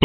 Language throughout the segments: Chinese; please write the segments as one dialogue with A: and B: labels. A: 本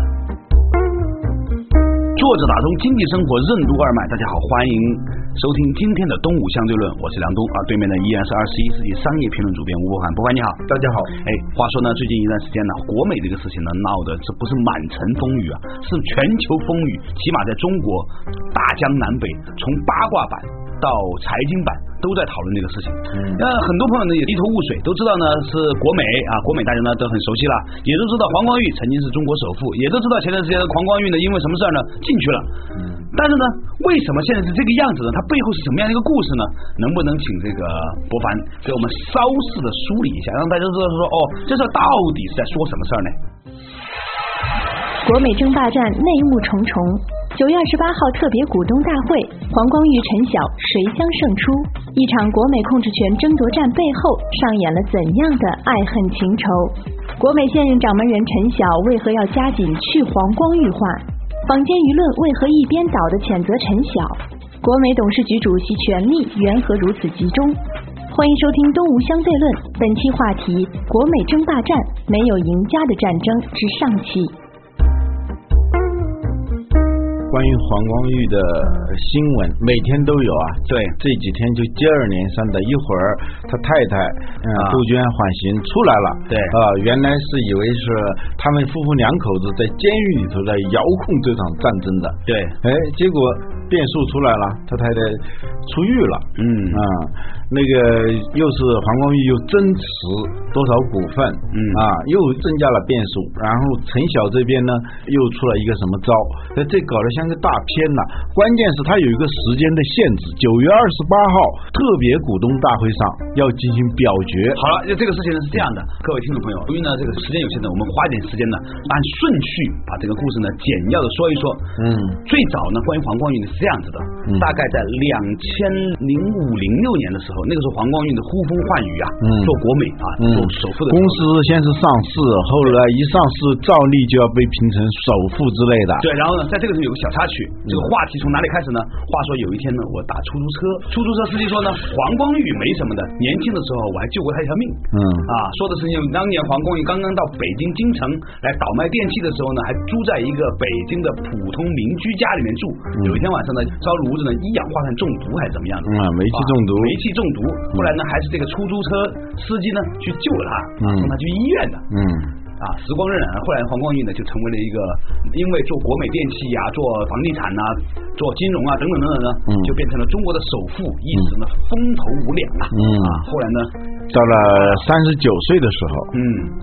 B: 作者打通经济生活任督二脉，大家好，欢迎收听今天的东吴相对论，我是梁东啊，对面的依然是二十一世纪商业评论主编吴伯凡，博凡你好，大家好。哎，话说呢，最近一段时间呢，国美这个事情呢闹的这不是满城风雨啊，是全球风雨，起码在中国大江南北，从八卦版到财经版都在讨论这个事情。那很多朋友呢也一头雾水，都知道呢是国美啊，国美大家呢都很熟悉了，也都知道黄光裕曾经是中国首富，也都知道前段时间的黄光裕呢因为什么事儿呢进去了。但是呢，为什么现在是这个样子呢？它背后是什么样的一个故事呢？能不能请这个博凡给我们稍事的梳理一下，让大家知道说哦，这事儿到底是在说什么事儿呢？
C: 国美争霸战内幕重重。九月二十八号特别股东大会，黄光裕、陈晓谁将胜出？一场国美控制权争夺战背后上演了怎样的爱恨情仇？国美现任掌门人陈晓为何要加紧去黄光裕化？坊间舆论为何一边倒的谴责陈晓？国美董事局主席权力缘何如此集中？欢迎收听《东吴相对论》，本期话题：国美争霸战，没有赢家的战争之上期。
D: 关于黄光裕的新闻，每天都有啊。对，这几天就接二连三的，一会儿他太太嗯、
B: 啊
D: 杜鹃缓刑出来了，
B: 对
D: 啊、原来是以为是他们夫妇两口子在监狱里头在遥控这场战争的，
B: 对，
D: 哎，结果变数出来了，他太太出狱了，
B: 嗯
D: 啊、那个又是黄光裕又增持多少股份，
B: 嗯
D: 啊，又增加了变数。然后陈晓这边呢，又出了一个什么招？那这搞得像个大片了。关键是它有一个时间的限制，九月二十八号特别股东大会上要进行表决。
B: 好了，那这个事情呢是这样的，各位听众朋友，由于呢这个时间有限呢，我们花点时间呢，按顺序把这个故事呢简要的说一说。
D: 嗯
B: 最早呢，关于黄光裕呢是这样子的，
D: 嗯
B: 大概在两千零五零六年的时候，那个时候黄光裕的呼风唤雨啊，
D: 嗯
B: 做国美啊，
D: 嗯
B: 做首富的时候
D: 公司先是上市，后来一上市，照例就要被评成首富之类的。
B: 对，然后呢，在这个时候有个小插曲，这个话题从哪里开始呢？话说有一天呢，我打出租车，出租车司机说呢，黄光裕没什么的，年轻的时候我还救过他一条命。
D: 嗯
B: 啊，说的是因为当年黄光裕刚刚到北京京城来倒卖电器的时候呢，还住在一个北京的普通民居家里面住。有一天晚上呢，烧炉子呢，一氧化碳中毒还是怎么样的？
D: 嗯煤气中毒嗯
B: 啊煤气中毒。后来呢，还是这个出租车司机呢去救了他，
D: 嗯
B: 送他去医院的。
D: 嗯，
B: 啊，时光荏苒，后来黄光裕呢就成为了一个，因为做国美电器呀、做房地产呐、做金融啊等等等等呢，
D: 嗯
B: 就变成了中国的首富，一时呢风头无两啊。
D: 嗯
B: 啊，后来呢，
D: 到了三十九岁的时候，
B: 嗯，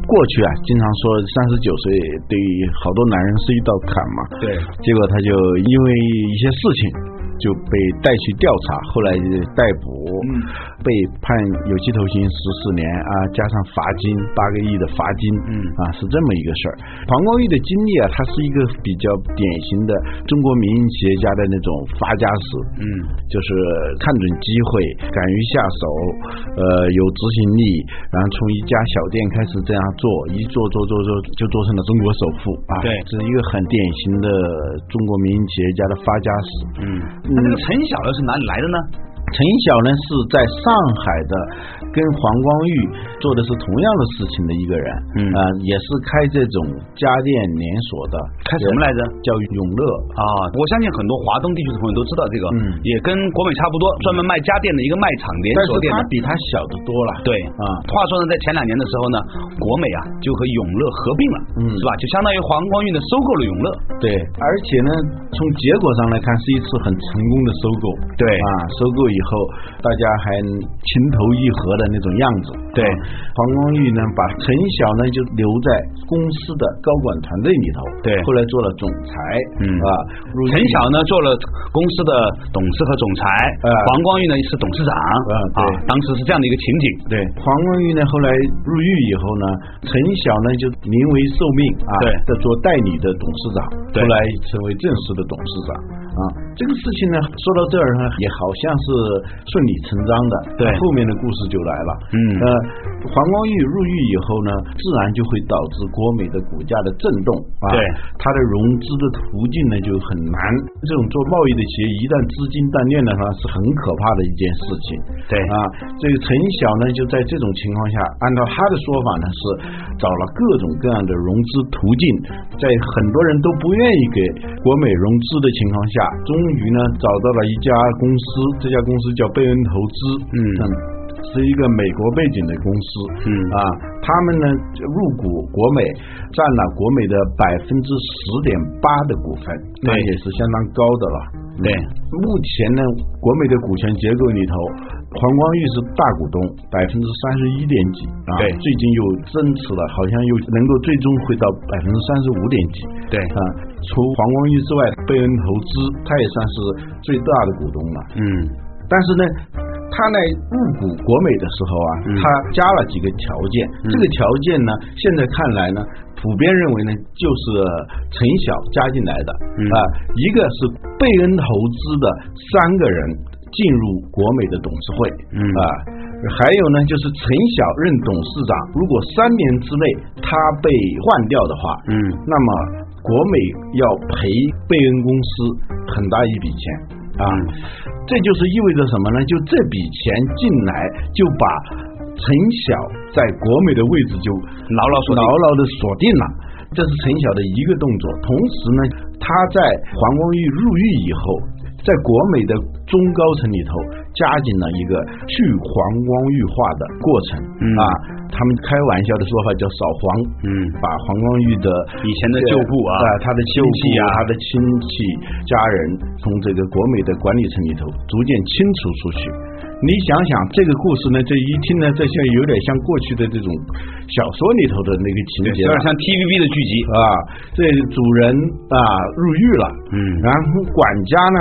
D: 过去啊，经常说三十九岁对于好多男人是一道坎嘛。
B: 对
D: 结果他就因为一些事情就被带去调查，后来就逮捕，
B: 嗯
D: 被判有期徒刑十四年啊，加上罚金八个亿的罚金，
B: 嗯
D: 啊，是这么一个事儿。黄光裕的经历啊，他是一个比较典型的中国民营企业家的那种发家史，
B: 嗯
D: 就是看准机会，敢于下手，呃，有执行力，然后从一家小店开始这样做，一做做做做，就做成了中国首富啊！
B: 对
D: 这是一个很典型的中国民营企业家的发家史。
B: 嗯，那这个陈晓又是哪里来的呢？
D: 陈晓呢是在上海的，跟黄光裕做的是同样的事情的一个人，
B: 嗯
D: 啊、也是开这种家电连锁的，
B: 开什么来着？
D: 叫永乐。
B: 啊，我相信很多华东地区的朋友都知道这个，
D: 嗯
B: 也跟国美差不多，专门卖家电的一个卖场连
D: 但是
B: 锁店
D: 他
B: 的。
D: 比他小得多了，
B: 对
D: 啊、
B: 话说呢，在前两年的时候呢，国美啊就和永乐合并了，
D: 嗯
B: 是吧？就相当于黄光裕呢收购了永乐。
D: 对，而且呢，从结果上来看，是一次很成功的收购。
B: 对
D: 啊，收购以后，大家还情投意合的那种样子。啊
B: 对
D: 黄光裕呢，把陈晓呢就留在公司的高管团队里头，
B: 对
D: 后来做了总裁，
B: 嗯
D: 啊，陆毅
B: 陈晓呢做了公司的董事和总裁，
D: 呃
B: 黄光裕呢是董事长，
D: 呃
B: 啊
D: 对，
B: 当时是这样的一个情景，
D: 对，黄光裕呢，后来入狱以后呢，陈晓呢就临危受命啊，
B: 对
D: 在做代理的董事长，
B: 对
D: 后来成为正式的董事长啊。这个事情呢，说到这儿呢，也好像是顺理成章的，
B: 对
D: 后面的故事就来了，
B: 嗯
D: 呃，黄光裕入狱以后呢，自然就会导致国美的股价的震动啊，
B: 对，
D: 它的融资的途径呢就很难，这种做贸易的企业一旦资金断裂的话，是很可怕的一件事情，
B: 对
D: 啊，这个陈晓呢，就在这种情况下，按照他的说法呢，是找了各种各样的融资途径，在很多人都不愿意给国美融资的情况下，终于呢找到了一家公司，这家公司叫贝恩投资，
B: 嗯
D: 是一个美国背景的公司，
B: 嗯
D: 啊，他们呢入股国美，占了国美的百分之十点八的股份，那
B: 对
D: 也是相当高的了。
B: 对
D: 目前呢，国美的股权结构里头，黄光裕是大股东，百分之三十一点几啊，
B: 对
D: 最近又增持了，好像又能够最终回到百分之三十五点几
B: 对
D: 啊。除黄光裕之外，贝恩投资他也算是最大的股东了。
B: 嗯，
D: 但是呢，他在入股国美的时候啊，
B: 嗯
D: 他加了几个条件。
B: 嗯
D: 这个条件呢，现在看来呢，普遍认为呢，就是陈晓加进来的啊、
B: 嗯
D: 一个是贝恩投资的三个人进入国美的董事会
B: 嗯
D: 啊。还有呢，就是陈晓任董事长，如果三年之内他被换掉的话，
B: 嗯
D: 那么国美要赔贝恩公司很大一笔钱啊，这就是意味着什么呢？就这笔钱进来就把陈晓在国美的位置就牢牢牢牢的锁定了。这是陈晓的一个动作，同时呢，他在黄光裕入狱以后，在国美的中高层里头加紧了一个去黄光裕化的过程、
B: 嗯
D: 啊。他们开玩笑的说法叫“扫黄”，
B: 嗯
D: 把黄光裕的
B: 以前的旧部啊
D: 呃他的亲戚
B: 旧部啊
D: 他的亲戚家人从这个国美的管理层里头逐渐清除出去。你想想这个故事呢，这一听呢，这像有点像过去的这种小说里头的那个情
B: 对，
D: 节
B: 有
D: 了
B: 点像 TVB 的剧集，
D: 啊，这主人啊入狱了，
B: 嗯
D: 然后管家呢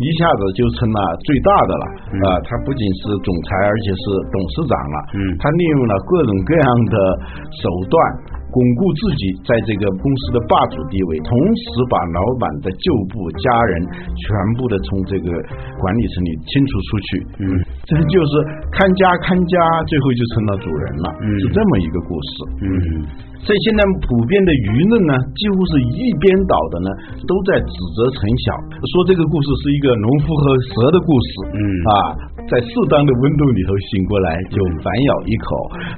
D: 一下子就成了最大的了，
B: 嗯
D: 啊，他不仅是总裁，而且是董事长了，
B: 嗯
D: 他利用了各种各样的手段。巩固自己在这个公司的霸主地位，同时把老板的旧部家人全部的从这个管理层里清除出去。
B: 嗯，
D: 这就是看家看家，最后就成了主人了。
B: 嗯
D: 是这么一个故事。
B: 嗯
D: 所以现在普遍的舆论呢，几乎是一边倒的呢，都在指责陈晓，说这个故事是一个农夫和蛇的故事。
B: 嗯
D: 啊，在适当的温度里头醒过来就反咬一口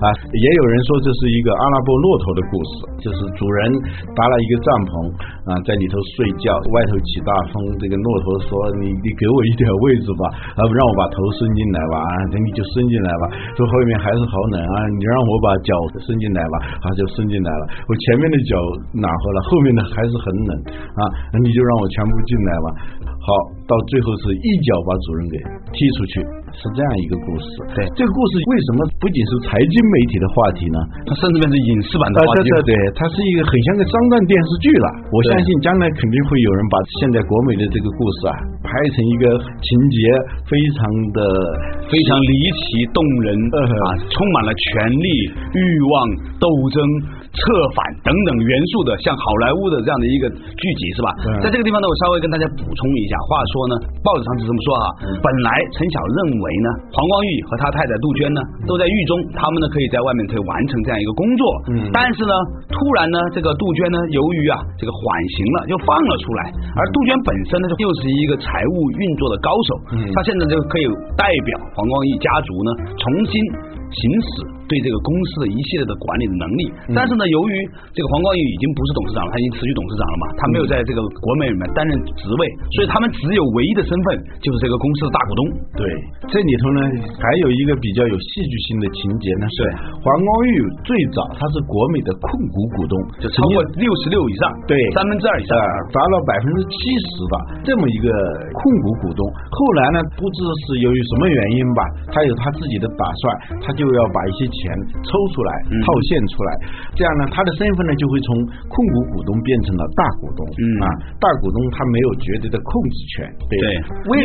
D: 啊。也有人说这是一个阿拉伯骆驼的故事，就是主人搭了一个帐篷啊，在里头睡觉，外头起大风，这个骆驼说你你给我一点位置吧，啊，让我把头伸进来吧，啊，那你就伸进来吧。说后面还是好冷啊，你让我把脚伸进来吧，啊，就伸进来了。我前面的脚暖和了，后面的还是很冷啊，那你就让我全部进来吧。好，到最后是一脚把主人给踢出去，是这样一个故事。
B: 对
D: 这个故事为什么不仅是财经媒体的话题呢？
B: 它甚至变成影视版的
D: 啊，
B: 话
D: 对
B: 剧，
D: 对对，它是一个很像个商战电视剧了。我
B: 对
D: 相信将来肯定会有人把现在国美的这个故事啊，拍成一个情节非常的呃
B: 非常离奇动人
D: 嗯
B: 啊，充满了权力、欲望、斗争、策反等等元素的，像好莱坞的这样的一个剧集是吧
D: 嗯？
B: 在这个地方呢，我稍微跟大家补充一下。话说呢，报纸上是这么说啊，本来陈晓认为呢，黄光裕和他太太杜鹃呢都在狱中，他们呢可以在外面可以完成这样一个工作。
D: 嗯
B: 但是呢，突然呢，这个杜鹃呢，由于啊这个缓刑了，就放了出来。而杜鹃本身呢，又是一个财务运作的高手，
D: 嗯
B: 他现在就可以代表黄光裕家族呢，重新行使对这个公司的一系列的管理的能力。
D: 嗯
B: 但是呢，由于这个黄光裕已经不是董事长了，他已经辞去董事长了嘛，他没有在这个国美里面担任职位，所以他们只有唯一的身份就是这个公司的大股东。
D: 对，这里头呢还有一个比较有戏剧性的情节呢，是黄光裕最早他是国美的控股股东，
B: 就超过六十六以上，
D: 嗯对
B: 三分之二以上
D: 呃，达到百分之七十吧，这么一个控股股东。后来呢，不知是由于什么原因吧，他有他自己的打算，他就要把一些钱抽出来
B: 嗯
D: 套现出来，这样呢，他的身份呢就会从控股股东变成了大股东，
B: 嗯
D: 啊，大股东他没有绝对的控制权，对
B: 对，
D: 为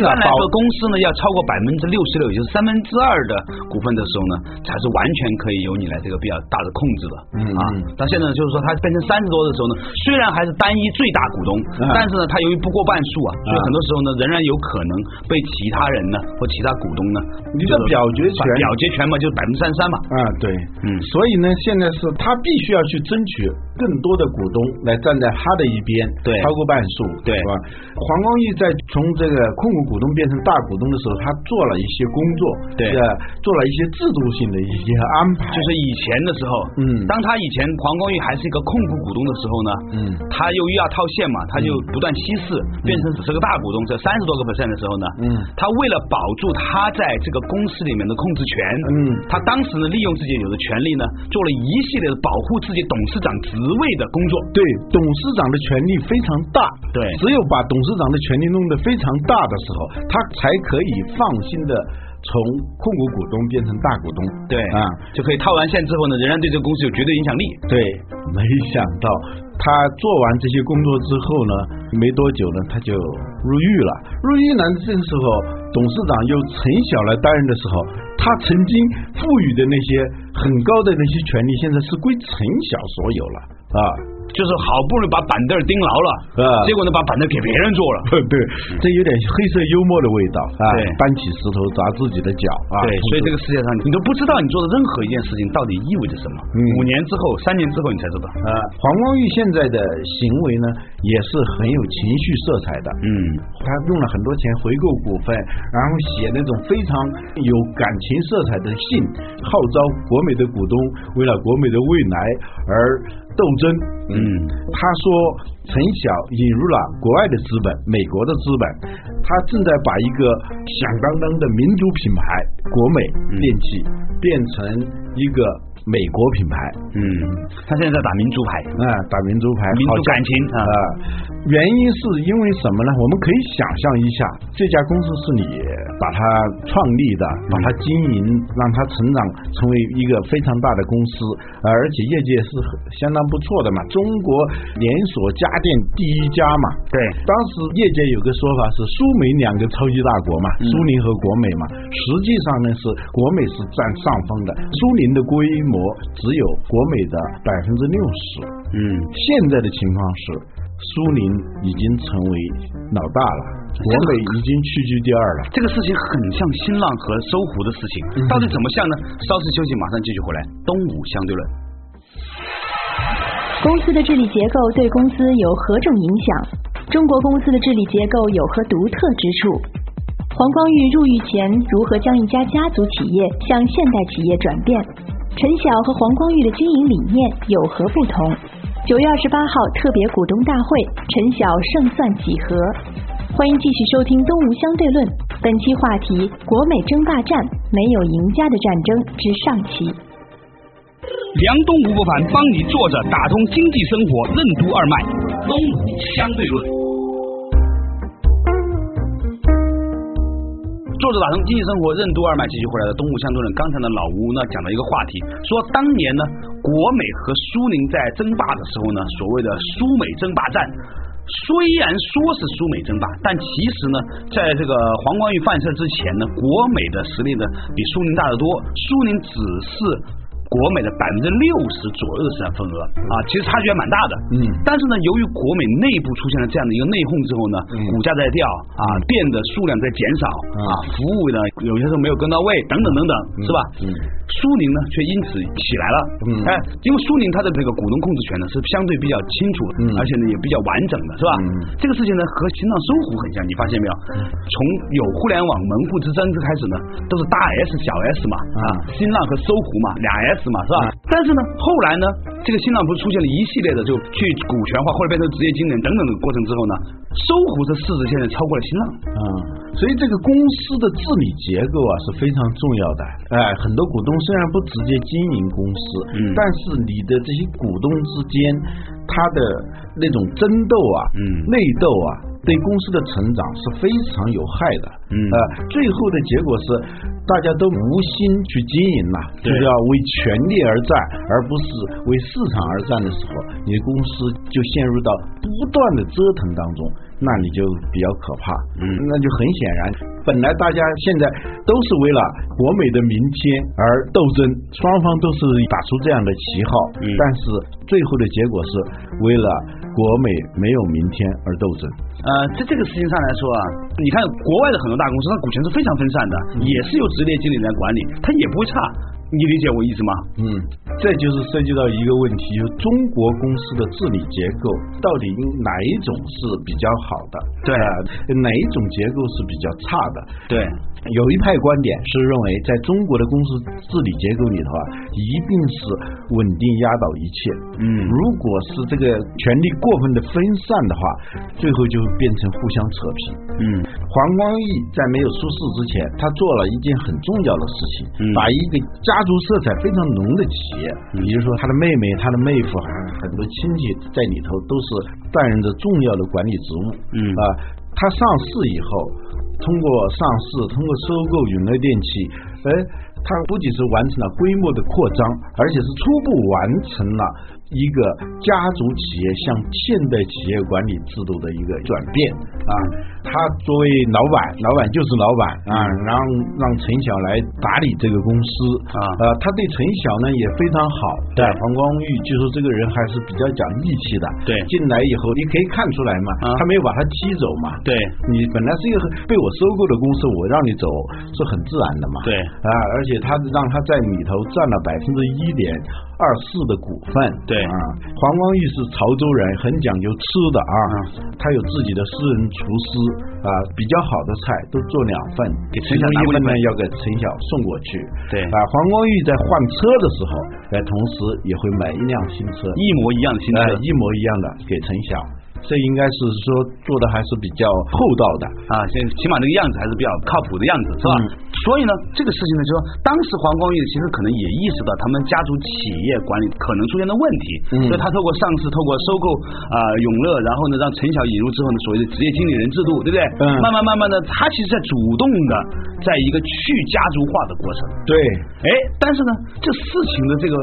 B: 一般
D: 了
B: 来
D: 保
B: 说，公司呢要超过百分之六十六，也就是三分之二的股份的时候呢，才是完全可以由你来这个比较大的控制的。
D: 嗯
B: 啊
D: 嗯，
B: 但现在呢，就是说它变成三十多的时候呢，虽然还是单一最大股东，
D: 嗯
B: 但是呢，它由于不过半数啊，所以
D: 嗯
B: 很多时候呢，仍然有可能被其他人呢或其他股东呢，
D: 你
B: 就
D: 的
B: 是
D: 表决权
B: 表决权嘛，就是百分之三十三嘛。
D: 啊，对，
B: 嗯
D: 所以呢，现在是他必须要去争取更多的股东来站在他的一边，
B: 对
D: 超过半数，
B: 对
D: 是吧？黄光裕在从这个控股股东变成大股东的时候，他做了一些工作，
B: 对
D: 呃，做了一些制度性的一些安排，
B: 就是以前的时候，
D: 嗯
B: 当他以前黄光裕还是一个控股股东的时候呢，
D: 嗯
B: 他由于要套现嘛，他就不断稀释，变成只是个大股东，这三十多个 percent 的时候呢，
D: 嗯
B: 他为了保住他在这个公司里面的控制权，
D: 嗯
B: 他当时呢利用自己有的权利呢，做了一系列的保护自己董事长职位的工作，
D: 对，董事长的权力非常大，
B: 对
D: 只有把董事长的权力弄得非常大的时候，他才可以放心的从控股股东变成大股东，
B: 对，
D: 啊、
B: 就可以套完现之后呢，仍然对这个公司有绝对影响力，
D: 对，没想到他做完这些工作之后呢，没多久呢，他就入狱了。入狱呢，这个时候董事长由陈晓来担任的时候，他曾经赋予的那些很高的那些权利，现在是归陈晓所有了啊。
B: 就是好不容易把板凳钉牢了，
D: 啊
B: 结果呢把板凳给别人做了。
D: 对，这有点黑色幽默的味道啊
B: 对，
D: 搬起石头砸自己的脚啊。
B: 对，所以这个世界上你都不知道你做的任何一件事情到底意味着什么。
D: 嗯
B: 五年之后、三年之后你才知道。
D: 呃，黄光裕现在的行为呢，也是很有情绪色彩的。
B: 嗯，
D: 他用了很多钱回购股份，然后写那种非常有感情色彩的信，号召国美的股东为了国美的未来而斗争。
B: 嗯
D: 他说陈晓引入了国外的资本，美国的资本，他正在把一个响当当的民族品牌国美
B: 嗯
D: 电器变成一个美国品牌。
B: 嗯，他现在在打民族牌，
D: 啊、打民族牌，
B: 民族
D: 好像
B: 感情啊
D: 啊、原因是因为什么呢？我们可以想象一下，这家公司是你把它创立的，把它经营，让它成长成为一个非常大的公司，呃而且业界是很相当不错的嘛，中国连锁家电第一家嘛。
B: 对
D: 当时业界有个说法是苏美两个超级大国嘛，苏宁和国美嘛，实际上呢是国美是占上风的，苏宁的规模只有国美的百分之六十。
B: 嗯，
D: 现在的情况是，苏宁已经成为老大了，国美已经屈居第二了。
B: 这个事情很像新浪和搜狐的事情，
D: 嗯
B: 到底怎么像呢？稍事休息，马上继续回来。东吴相对论，
C: 公司的治理结构对公司有何种影响？中国公司的治理结构有何独特之处？黄光裕入狱前如何将一家家族企业向现代企业转变？陈晓和黄光裕的经营理念有何不同？九月二十八号特别股东大会，陈晓胜算几何？欢迎继续收听《东吴相对论》，本期话题：国美争霸战，没有赢家的战争之上期。
E: 梁东吴不凡帮你坐着打通经济生活任督二脉，东吴相对论。
B: 作者打通经济生活任督二脉，继续回来的东吴相对论。刚才呢，老吴呢讲了一个话题，说当年呢，国美和苏宁在争霸的时候呢，所谓的苏美争霸战。虽然说是苏美争霸，但其实呢，在这个黄光裕犯事之前呢，国美的实力呢比苏宁大得多，苏宁只是国美的百分之六十左右的市场份额啊，其实差距还蛮大的。
D: 嗯
B: 但是呢，由于国美内部出现了这样的一个内讧之后呢，
D: 嗯
B: 股价在掉啊，店的数量在减少
D: 嗯
B: 啊，服务呢有些时候没有跟到位，等等等等，是吧？
D: 嗯
B: 苏宁呢却因此起来了，
D: 嗯
B: 哎，因为苏宁它的这个股东控制权呢是相对比较清楚，
D: 嗯
B: 而且呢也比较完整的，是吧？
D: 嗯
B: 这个事情呢和新浪搜狐很像，你发现没有？从有互联网门户之争开始呢，都是大 S 小 S 嘛，啊，新浪和搜狐嘛，俩 S 嘛，是吧？
D: 嗯
B: 但是呢，后来呢，这个新浪不是出现了一系列的就去股权化，后来变成职业经理人等等的过程之后呢，搜狐的市值现在超过了新浪。
D: 嗯，所以这个公司的治理结构啊是非常重要的。哎，很多股东虽然不直接经营公司，
B: 嗯
D: 但是你的这些股东之间，他的那种争斗啊，
B: 嗯
D: 内斗啊，对公司的成长是非常有害的。
B: 嗯
D: 呃，最后的结果是大家都无心去经营了，就
B: 对
D: 是要为权力而战，而不是为市场而战的时候，你的公司就陷入到不断的折腾当中。那你就比较可怕，
B: 嗯
D: 那就很显然，本来大家现在都是为了国美的明天而斗争，双方都是打出这样的旗号，
B: 嗯
D: 但是最后的结果是为了国美没有明天而斗争。
B: 呃，在这个事情上来说啊，你看国外的很多大公司，它股权是非常分散的，也是由职业经理人来管理，它也不会差。你理解我意思吗？
D: 嗯，这就是涉及到一个问题，就是中国公司的治理结构到底哪一种是比较好的？
B: 对
D: 呃哪一种结构是比较差的？
B: 对，
D: 有一派观点是认为，在中国的公司治理结构里头啊，一定是稳定压倒一切。
B: 嗯
D: 如果是这个权力过分的分散的话，最后就变成互相扯皮。
B: 嗯
D: 黄光裕在没有出事之前，他做了一件很重要的事情，
B: 嗯
D: 把一个家族色彩非常浓的企业，比如说他的妹妹、他的妹夫，还有很多亲戚在里头都是担任着重要的管理职务。
B: 嗯
D: 啊、他上市以后，通过上市，通过收购永乐电器，哎，他不仅是完成了规模的扩张，而且是初步完成了一个家族企业向现代企业管理制度的一个转变啊。他作为老板，老板就是老板啊，让让陈晓来打理这个公司
B: 嗯啊
D: 呃，他对陈晓呢也非常好，啊
B: 对
D: 黄光裕就说这个人还是比较讲义气的，
B: 对
D: 进来以后你可以看出来
B: 啊
D: 嘛，他没有把他踢走嘛，
B: 对
D: 你本来是一个被我收购的公司，我让你走是很自然的嘛。
B: 对
D: 啊，而且他让他在里头占了百分之一点二四的股份。
B: 对
D: 啊，黄光裕是潮州人，很讲究吃的啊，
B: 嗯
D: 他有自己的私人厨师啊，比较好的菜都做两份，
B: 给
D: 其
B: 陈晓
D: 中
B: 拿
D: 一
B: 过
D: 份
B: 来
D: 呢
B: 呗
D: 要给陈晓送过去。
B: 对
D: 啊，黄光裕在换车的时候，哎，同时也会买一辆新车，
B: 一模一样的心态
D: 哎，。一模一样的给陈晓，这应该是说做的还是比较厚道的。
B: 啊，现起码那个样子还是比较靠谱的样子，是吧？
D: 嗯
B: 所以呢，这个事情呢，就说当时黄光裕其实可能也意识到他们家族企业管理可能出现的问题，
D: 嗯
B: 所以他透过上市，透过收购啊、永乐，然后呢让陈晓引入之后呢，所谓的职业经理人制度，对不对？
D: 嗯
B: 慢慢慢慢的，他其实在主动的在一个去家族化的过程。
D: 对，
B: 哎，但是呢，这事情的这个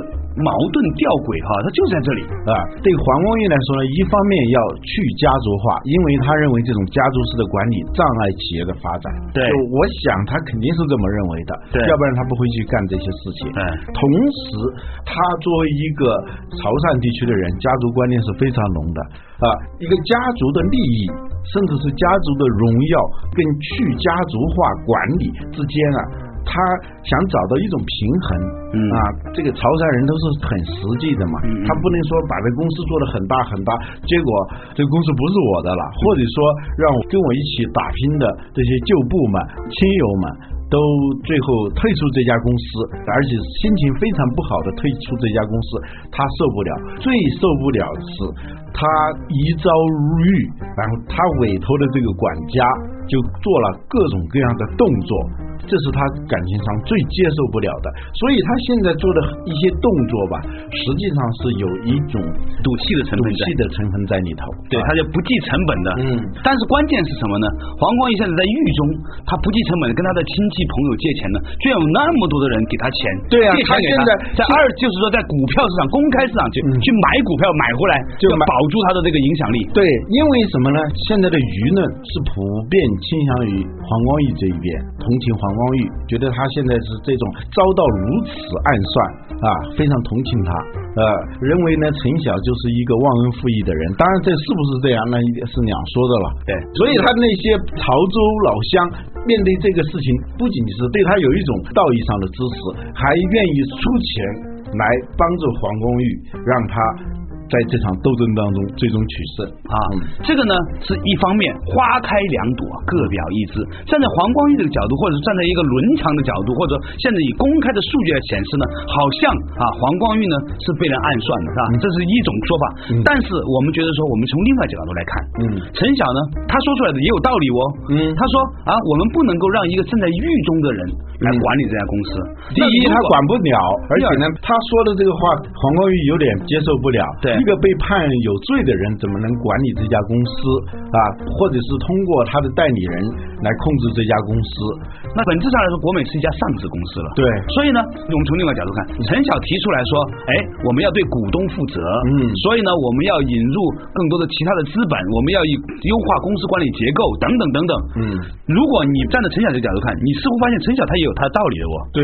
B: 矛盾吊诡哈、它就在这里。
D: 啊，对黄光裕来说呢，一方面要去家族化，因为他认为这种家族式的管理障碍企业的发展。
B: 对
D: 就我想他肯定是这么认为的，
B: 对
D: 要不然他不会去干这些事情。
B: 嗯
D: 同时他作为一个潮汕地区的人，家族观念是非常浓的啊，一个家族的利益，甚至是家族的荣耀跟去家族化管理之间啊。他想找到一种平衡，
B: 嗯
D: 啊，这个潮汕人都是很实际的嘛，
B: 嗯嗯
D: 他不能说把这公司做得很大很大，结果这公司不是我的了，或者说让我跟我一起打拼的这些旧部们、亲友们都最后退出这家公司，而且心情非常不好的退出这家公司，他受不了。最受不了的是他一朝入狱，然后他委托的这个管家就做了各种各样的动作，这是他感情上最接受不了的，所以他现在做的一些动作吧，实际上是有一种
B: 赌气的成分
D: 赌
B: 在
D: 气的成分在里头。
B: 对，
D: 啊
B: 他就不计成本的。
D: 嗯
B: 但是关键是什么呢？黄光裕现在在狱中，他不计成本的跟他的亲戚朋友借钱呢，居然有那么多的人给他钱。
D: 对啊
B: 借钱给
D: 他现在
B: 在二就是说在股票市场、公开市场去、
D: 嗯
B: 去买股票买回来，
D: 就
B: 要
D: 买
B: 保住他的这个影响力。
D: 对，因为什么呢？现在的舆论是普遍倾向于黄光裕这一边，同情黄光裕，觉得他现在是这种遭到如此暗算啊，非常同情他。呃，认为呢陈晓就是一个忘恩负义的人，当然这是不是这样，那也是两说的了。
B: 对
D: 所以他那些潮州老乡面对这个事情，不仅是对他有一种道义上的支持，还愿意出钱来帮助黄光裕，让他在这场斗争当中最终取胜。
B: 啊，这个呢是一方面，花开两朵，各表一枝。站在黄光裕这个角度，或者站在一个伦常的角度，或者现在以公开的数据来显示呢，好像啊黄光裕呢是被人暗算的，是吧？这是一种说法。
D: 嗯
B: 但是我们觉得说，我们从另外一个角度来看，
D: 嗯
B: 陈晓呢他说出来的也有道理哦。
D: 嗯
B: 他说啊，我们不能够让一个正在狱中的人来管理这家公司。
D: 嗯第一，
B: 那如
D: 他
B: 果
D: 管不了，而且呢，他说的这个话，黄光裕有点接受不了。
B: 对
D: 你一个被判有罪的人怎么能管理这家公司啊？或者是通过他的代理人来控制这家公司？
B: 那本质上来说，国美是一家上市公司了。
D: 对
B: 所以呢，我们从另外一个角度看，陈晓提出来说，哎，我们要对股东负责，
D: 嗯
B: 所以呢，我们要引入更多的其他的资本，我们要以优化公司管理结构等等等等，
D: 嗯
B: 如果你站在陈晓这个角度看，你似乎发现陈晓他也有他的道理的哦。
D: 对，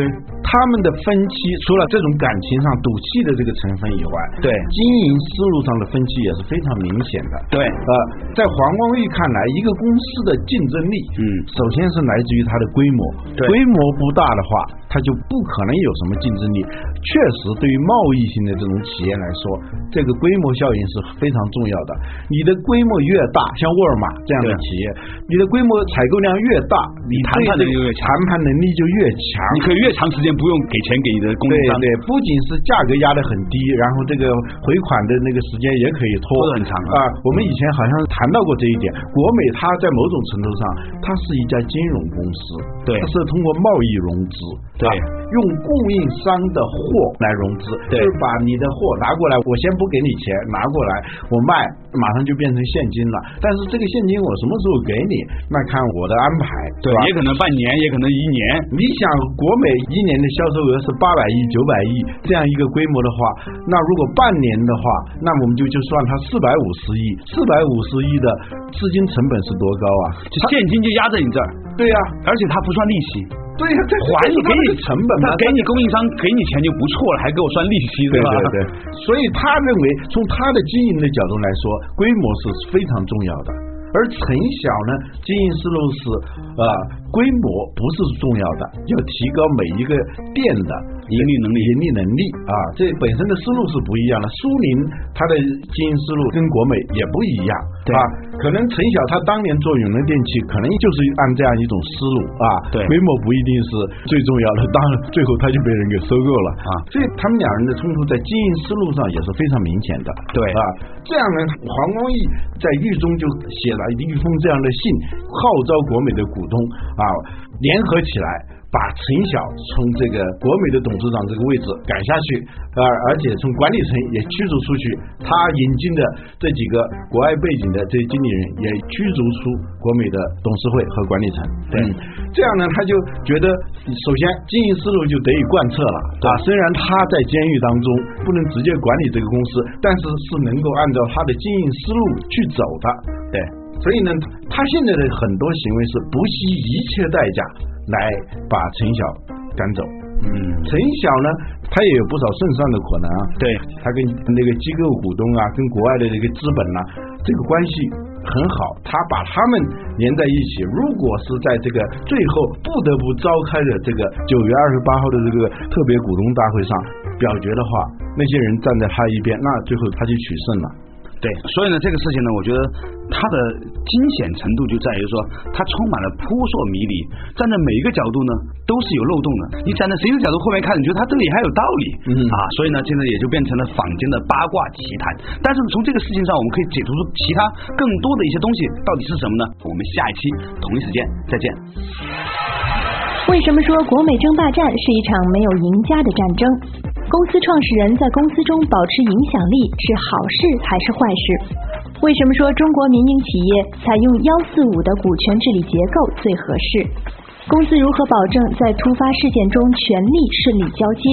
D: 他们的分歧除了这种感情上赌气的这个成分以外，
B: 对
D: 经营思路上的分歧也是非常明显的。
B: 对
D: 呃，在黄光裕看来，一个公司的竞争力，
B: 嗯
D: 首先是来自于它的规模，
B: 对
D: 规模不大的话，它就不可能有什么竞争力。确实，对于贸易性的这种企业来说，这个规模效应是非常重要的。你的规模越大，像沃尔玛这样的
B: 对
D: 企业，你的规模采购量越大，你
B: 谈判
D: 对
B: 能力
D: 这个
B: 越强
D: 谈判能力就越强。
B: 你可以越长时间不用给钱给你的供应商，
D: 对对，不仅是价格压得很低，然后这个回款的那个时间也可以拖
B: 拖得很长
D: 啊。我们以前好像谈到过这一点，国美它在某种程度上，它是一家金融公司，
B: 对
D: 它是通过贸易融资，
B: 对
D: 啊用供应商的货来融资，
B: 对
D: 就是把你的货拿过来，我先不给你钱，拿过来我卖，马上就变成现金了。但是这个现金我什么时候给你，那看我的安排，对吧？
B: 也可能半年，也可能一年，
D: 你想国美一年的销售额是八百亿、九百亿这样一个规模的话，那如果半年的话，那我们就就算它四百五十亿，四百五十亿的资金成本是多高啊？
B: 就现金就压在你这儿，
D: 对呀、
B: 而且他不算利息，
D: 对呀、这
B: 还你
D: 这是
B: 给
D: 它
B: 你
D: 的成本
B: 他
D: 嘛，
B: 给你供应商给你钱就不错了，还给我算利息，
D: 对
B: 吧？
D: 对对，所以他认为从他的经营的角度来说，规模是非常重要的。而陈晓呢，经营思路是呃，规模不是重要的，要提高每一个店的
B: 盈利能力
D: 盈利能力啊，这本身的思路是不一样的。苏宁他的经营思路跟国美也不一样，
B: 对
D: 啊，可能陈晓他当年做永能电器，可能就是按这样一种思路啊，
B: 对
D: 规模不一定是最重要的，当然最后他就被人给收购了啊，所以他们两人的冲突在经营思路上也是非常明显的，
B: 对
D: 啊，这样呢，黄光裕在狱中就写了一封这样的信，号召国美的股东啊联合起来。把陈晓从这个国美的董事长这个位置赶下去，而而且从管理层也驱逐出去，他引进的这几个国外背景的这些经理人也驱逐出国美的董事会和管理层。
B: 对
D: 嗯这样呢，他就觉得首先经营思路就得以贯彻了啊。虽然他在监狱当中不能直接管理这个公司，但是是能够按照他的经营思路去走的。对，所以呢，他现在的很多行为是不惜一切代价来把陈晓赶走。
B: 嗯，
D: 陈晓呢，他也有不少胜算的可能啊。
B: 对，
D: 他跟那个机构股东啊，跟国外的这个资本呐、这个关系很好，他把他们连在一起。如果是在这个最后不得不召开的这个九月二十八号的这个特别股东大会上表决的话，那些人站在他一边，那最后他就取胜了。
B: 对，所以呢，这个事情呢，我觉得它的惊险程度就在于说，它充满了扑朔迷离，站在每一个角度呢，都是有漏洞的。你站在谁的角度后面看，你觉得他这里还有道理，
D: 嗯
B: 啊，所以呢，现在也就变成了坊间的八卦奇谈。但是从这个事情上，我们可以解读出其他更多的一些东西到底是什么呢？我们下一期同一时间再见。
C: 为什么说国美争霸战是一场没有赢家的战争？公司创始人在公司中保持影响力是好事还是坏事？为什么说中国民营企业采用幺四五的股权治理结构最合适？公司如何保证在突发事件中权力顺利交接？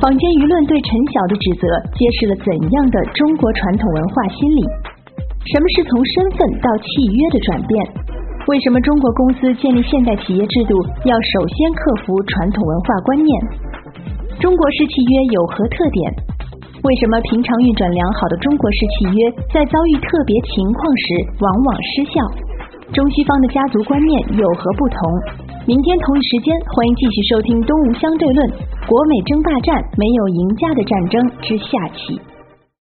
C: 坊间舆论对陈晓的指责揭示了怎样的中国传统文化心理？什么是从身份到契约的转变？为什么中国公司建立现代企业制度要首先克服传统文化观念？中国式契约有何特点？为什么平常运转良好的中国式契约在遭遇特别情况时往往失效？中西方的家族观念有何不同？明天同一时间，欢迎继续收听《东吴相对论：国美争霸战没有赢家的战争之下期》。